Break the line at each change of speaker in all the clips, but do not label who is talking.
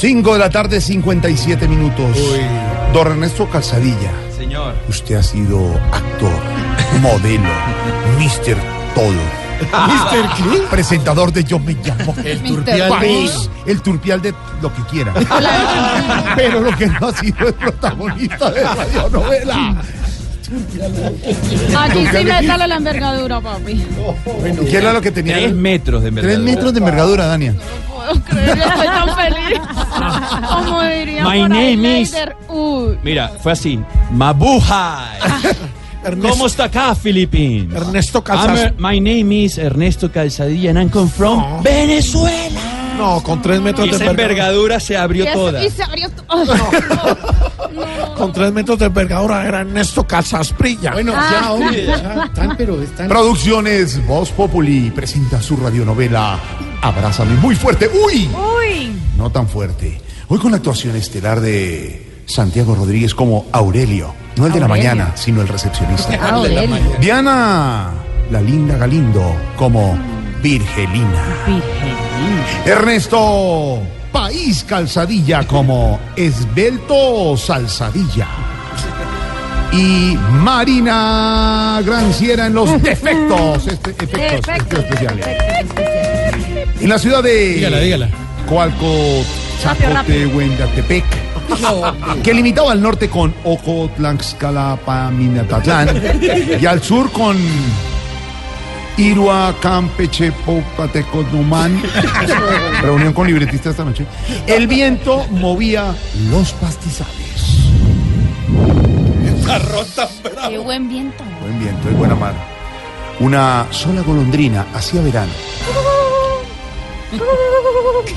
5 de la tarde, 57 minutos. Don Ernesto Calzadilla,
Señor.
usted ha sido actor, modelo, mister todo. ¿Mister qué? Presentador de Yo Me Llamo. El
Turpial de-
País, el turpial de lo que quiera. Pero lo que no ha sido el protagonista de radionovela.
Aquí
Nunca
sí
le-
métale la envergadura, papi.
¿Qué era lo que tenía?
Tres metros de envergadura.
Tres metros de envergadura, Dania.
Puedo creer, yo estoy tan feliz. Como diría
My
por ahí
name is-
Leider, uy.
Mira, fue así. Mabuhay. ¿Cómo está acá, Philippines?
Ernesto
I'm
Calzas.
Er- my name is Ernesto Calzadilla and I'm come from Venezuela.
No, con tres metros
Y
de
esa
envergadura.
envergadura se
Y,
abrió
eso-
toda.
y se abrió. t- Ay, no, no, no.
Con tres metros de envergadura era Ernesto Calzas Prilla. Bueno,
Ya, oye, ya, tan, pero están.
Producciones Voz Populi presenta su radionovela Abrázame muy fuerte. ¡Uy! No tan fuerte. Hoy con la actuación estelar de Santiago Rodríguez como Aurelio. No el de la
Aurelio.
mañana, sino el recepcionista.
Ah, Aurelio.
Diana, la linda Galindo, como Virgelina. Ernesto País Calzadilla como Esbelto Salsadilla. Y Marina Granciera en los defectos, este- efectos, efectos especiales. En la ciudad de
Dígala, dígala.
Coalco, Zapote, Huendatepec, que limitaba al norte con Oco, Tlaxcala, Minatatlán, y al sur con Irua, Campeche, Popateco, Numán. Reunión con libretistas esta noche. El viento movía los pastizales.
Qué buen viento.
Buen viento y buena mar. Una sola golondrina hacía verano.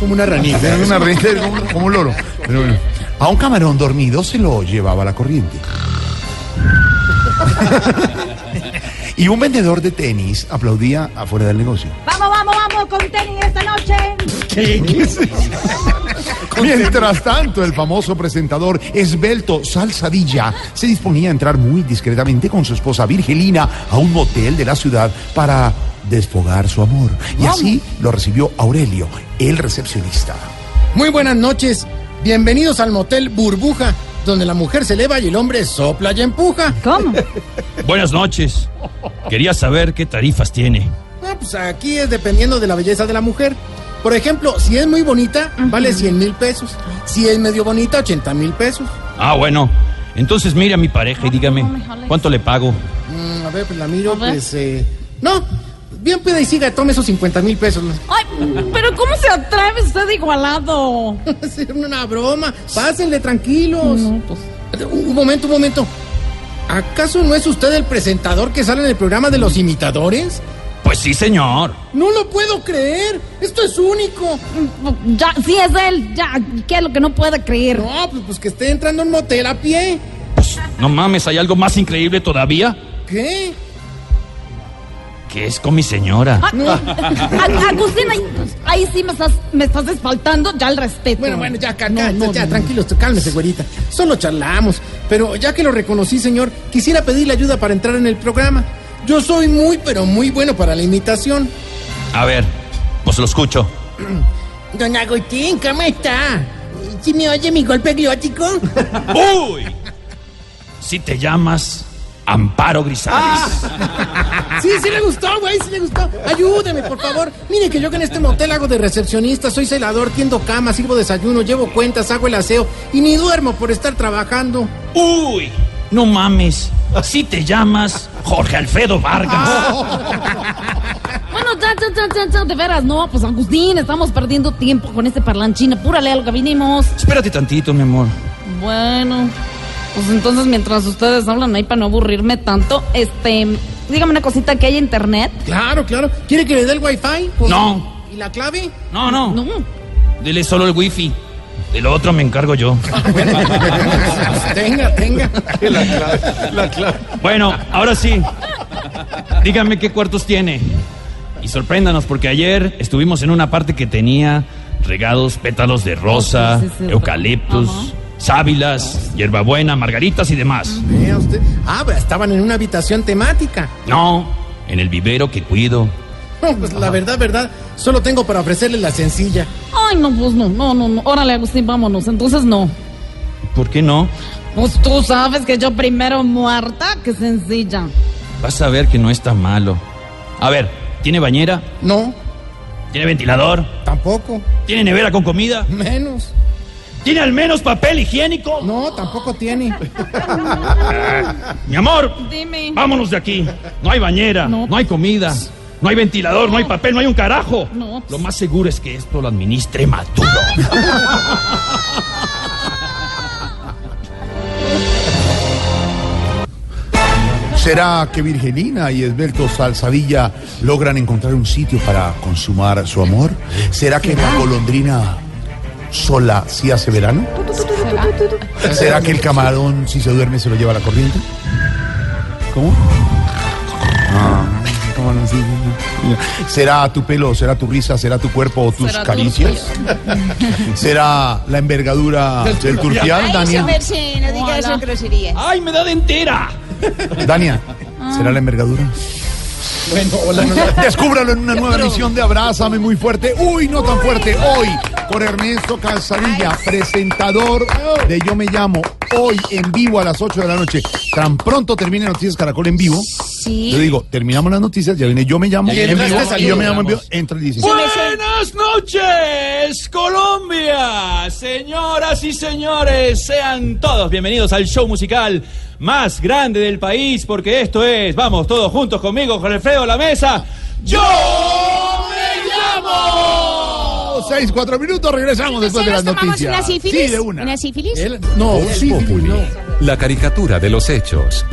Como una ranita.
Era una renta como, un- como un loro. Pero bueno. A un camarón dormido se lo llevaba la corriente. y un vendedor de tenis aplaudía afuera del negocio.
Vamos, vamos, vamos con tenis esta noche.
Mientras tanto, el famoso presentador esbelto Salsadilla se disponía a entrar muy discretamente con su esposa Virgelina a un motel de la ciudad para desfogar su amor. Y así lo recibió Aurelio, el recepcionista.
Muy buenas noches. Bienvenidos al motel Burbuja, donde la mujer se eleva y el hombre sopla y empuja.
¿Cómo?
Buenas noches. Quería saber qué tarifas tiene.
Ah, pues aquí es dependiendo de la belleza de la mujer. Por ejemplo, si es muy bonita, vale 100 mil pesos. Si es medio bonita, 80 mil pesos.
Ah, bueno. Entonces mire a mi pareja y dígame,
no me jales.
¿cuánto le pago?
Mm, a ver, pues la miro,
A ver.
pues... eh, no, bien pida y siga, tome esos 50 mil pesos.
Ay, pero ¿cómo se atreve usted igualado?
Es una broma. Pásenle tranquilos.
pues.
Un un momento, un momento. ¿Acaso no es usted el presentador que sale en el programa de los imitadores?
Pues sí, señor.
No lo puedo creer. Esto es único.
Ya, sí es él, ya, ¿qué es lo que no puede creer?
No, pues, pues que esté entrando a un motel a pie.
Pues, no mames, ¿hay algo más increíble todavía?
¿Qué?
Que es con mi señora.
Ah, Ag- Agustín, ahí, ahí sí me estás, me estás espaltando ya el respeto.
Bueno, bueno, ya, acá,
No, no,
ya,
no,
tranquilos, cálmese, güerita. Solo charlamos. Pero ya que lo reconocí, señor, quisiera pedirle ayuda para entrar en el programa. Yo soy muy, pero muy bueno para la imitación.
A ver, pues lo escucho.
Don Agustín, ¿cómo está? ¿Sí me oye mi golpe glótico?
¡Uy! Si te llamas Amparo Grisales.
Sí, sí le gustó, güey, sí le gustó. Ayúdeme, por favor. Mire que yo que en este motel hago de recepcionista, soy celador, tiendo camas, sirvo desayuno, llevo cuentas, hago el aseo y ni duermo por estar trabajando.
¡Uy! No mames. Si te llamas Jorge Alfredo Vargas.
Bueno, ya, ya, ya, ya, ya, de veras, no, pues Agustín, estamos perdiendo tiempo con este parlanchín, apúrale a lo que vinimos.
Espérate tantito, mi amor.
Bueno, pues entonces mientras ustedes hablan ahí para no aburrirme tanto, este, dígame una cosita que hay internet.
Claro, claro. ¿Quiere que le dé el wifi? Pues,
No.
¿Y la clave?
No, no.
No,
Dile solo el wifi. De lo otro me encargo yo.
tenga, tenga.
La clave, la clave.
Bueno, ahora sí. Díganme qué cuartos tiene. Y sorpréndanos porque ayer estuvimos en una parte que tenía regados pétalos de rosa,
Oh, Sí, sí, sí.
eucaliptus,
Ajá.
sábilas, hierbabuena, margaritas y demás.
Vea usted. Ah, pero estaban en una habitación temática.
No, en el vivero que cuido.
No, Pues la verdad, verdad, solo tengo para ofrecerle la sencilla.
Ay, no, pues no, no, no, no. Órale, Agustín, vámonos. Entonces no.
¿Por qué no?
Pues tú sabes que yo primero muerta que sencilla.
Vas a ver que no es tan malo. A ver, ¿tiene bañera?
No,
¿Tiene ventilador?
tampoco.
¿Tiene nevera con comida?
Menos.
¿Tiene al menos papel higiénico?
No, tampoco tiene.
Mi amor,
Dime.
vámonos de aquí. No hay bañera, no,
No.
hay comida, no hay ventilador, no. hay papel, no hay un carajo.
No.
Lo más seguro es que esto lo administre Maduro.
¿Será que Virgelina y Esbelto Salsadilla logran encontrar un sitio para consumar su amor? ¿Será que la golondrina sola sí hace verano? ¿Será que el camarón si se duerme se lo lleva la corriente? ¿Cómo? Ah, camaroncillo. ¿Será tu pelo, será tu risa, será tu cuerpo o tus
Será tu
caricias? ¿Será la envergadura del turfián, Dania?
no digas esas groserías.
¡Ay, me da de entera!
Dania, ¿será la envergadura?
Bueno, hola. no, no.
Descúbralo en una nueva edición de Abrázame muy fuerte. Uy, no tan fuerte. Hoy con Ernesto Calzadilla, presentador de Yo Me Llamo. Hoy en vivo a las 8 de la noche. Tan pronto termine Noticias Caracol en vivo.
Sí.
Yo digo, terminamos las noticias, ya viene Yo Me Llamo.
Y
en
entraste,
vivo, y
saludos.
yo me llamo en vivo. Entra y dice.
Buenas noches, Colombia. Señoras y señores, sean todos bienvenidos al show musical más grande del país, porque esto es, vamos todos juntos conmigo, con Alfredo La Mesa. Yo me llamo.
6, 4 minutos, regresamos después de las
este,
noticias.
una sífilis?
Sí, de una.
¿Una sífilis?
Él- no, sí, sí, no.
La caricatura de los hechos.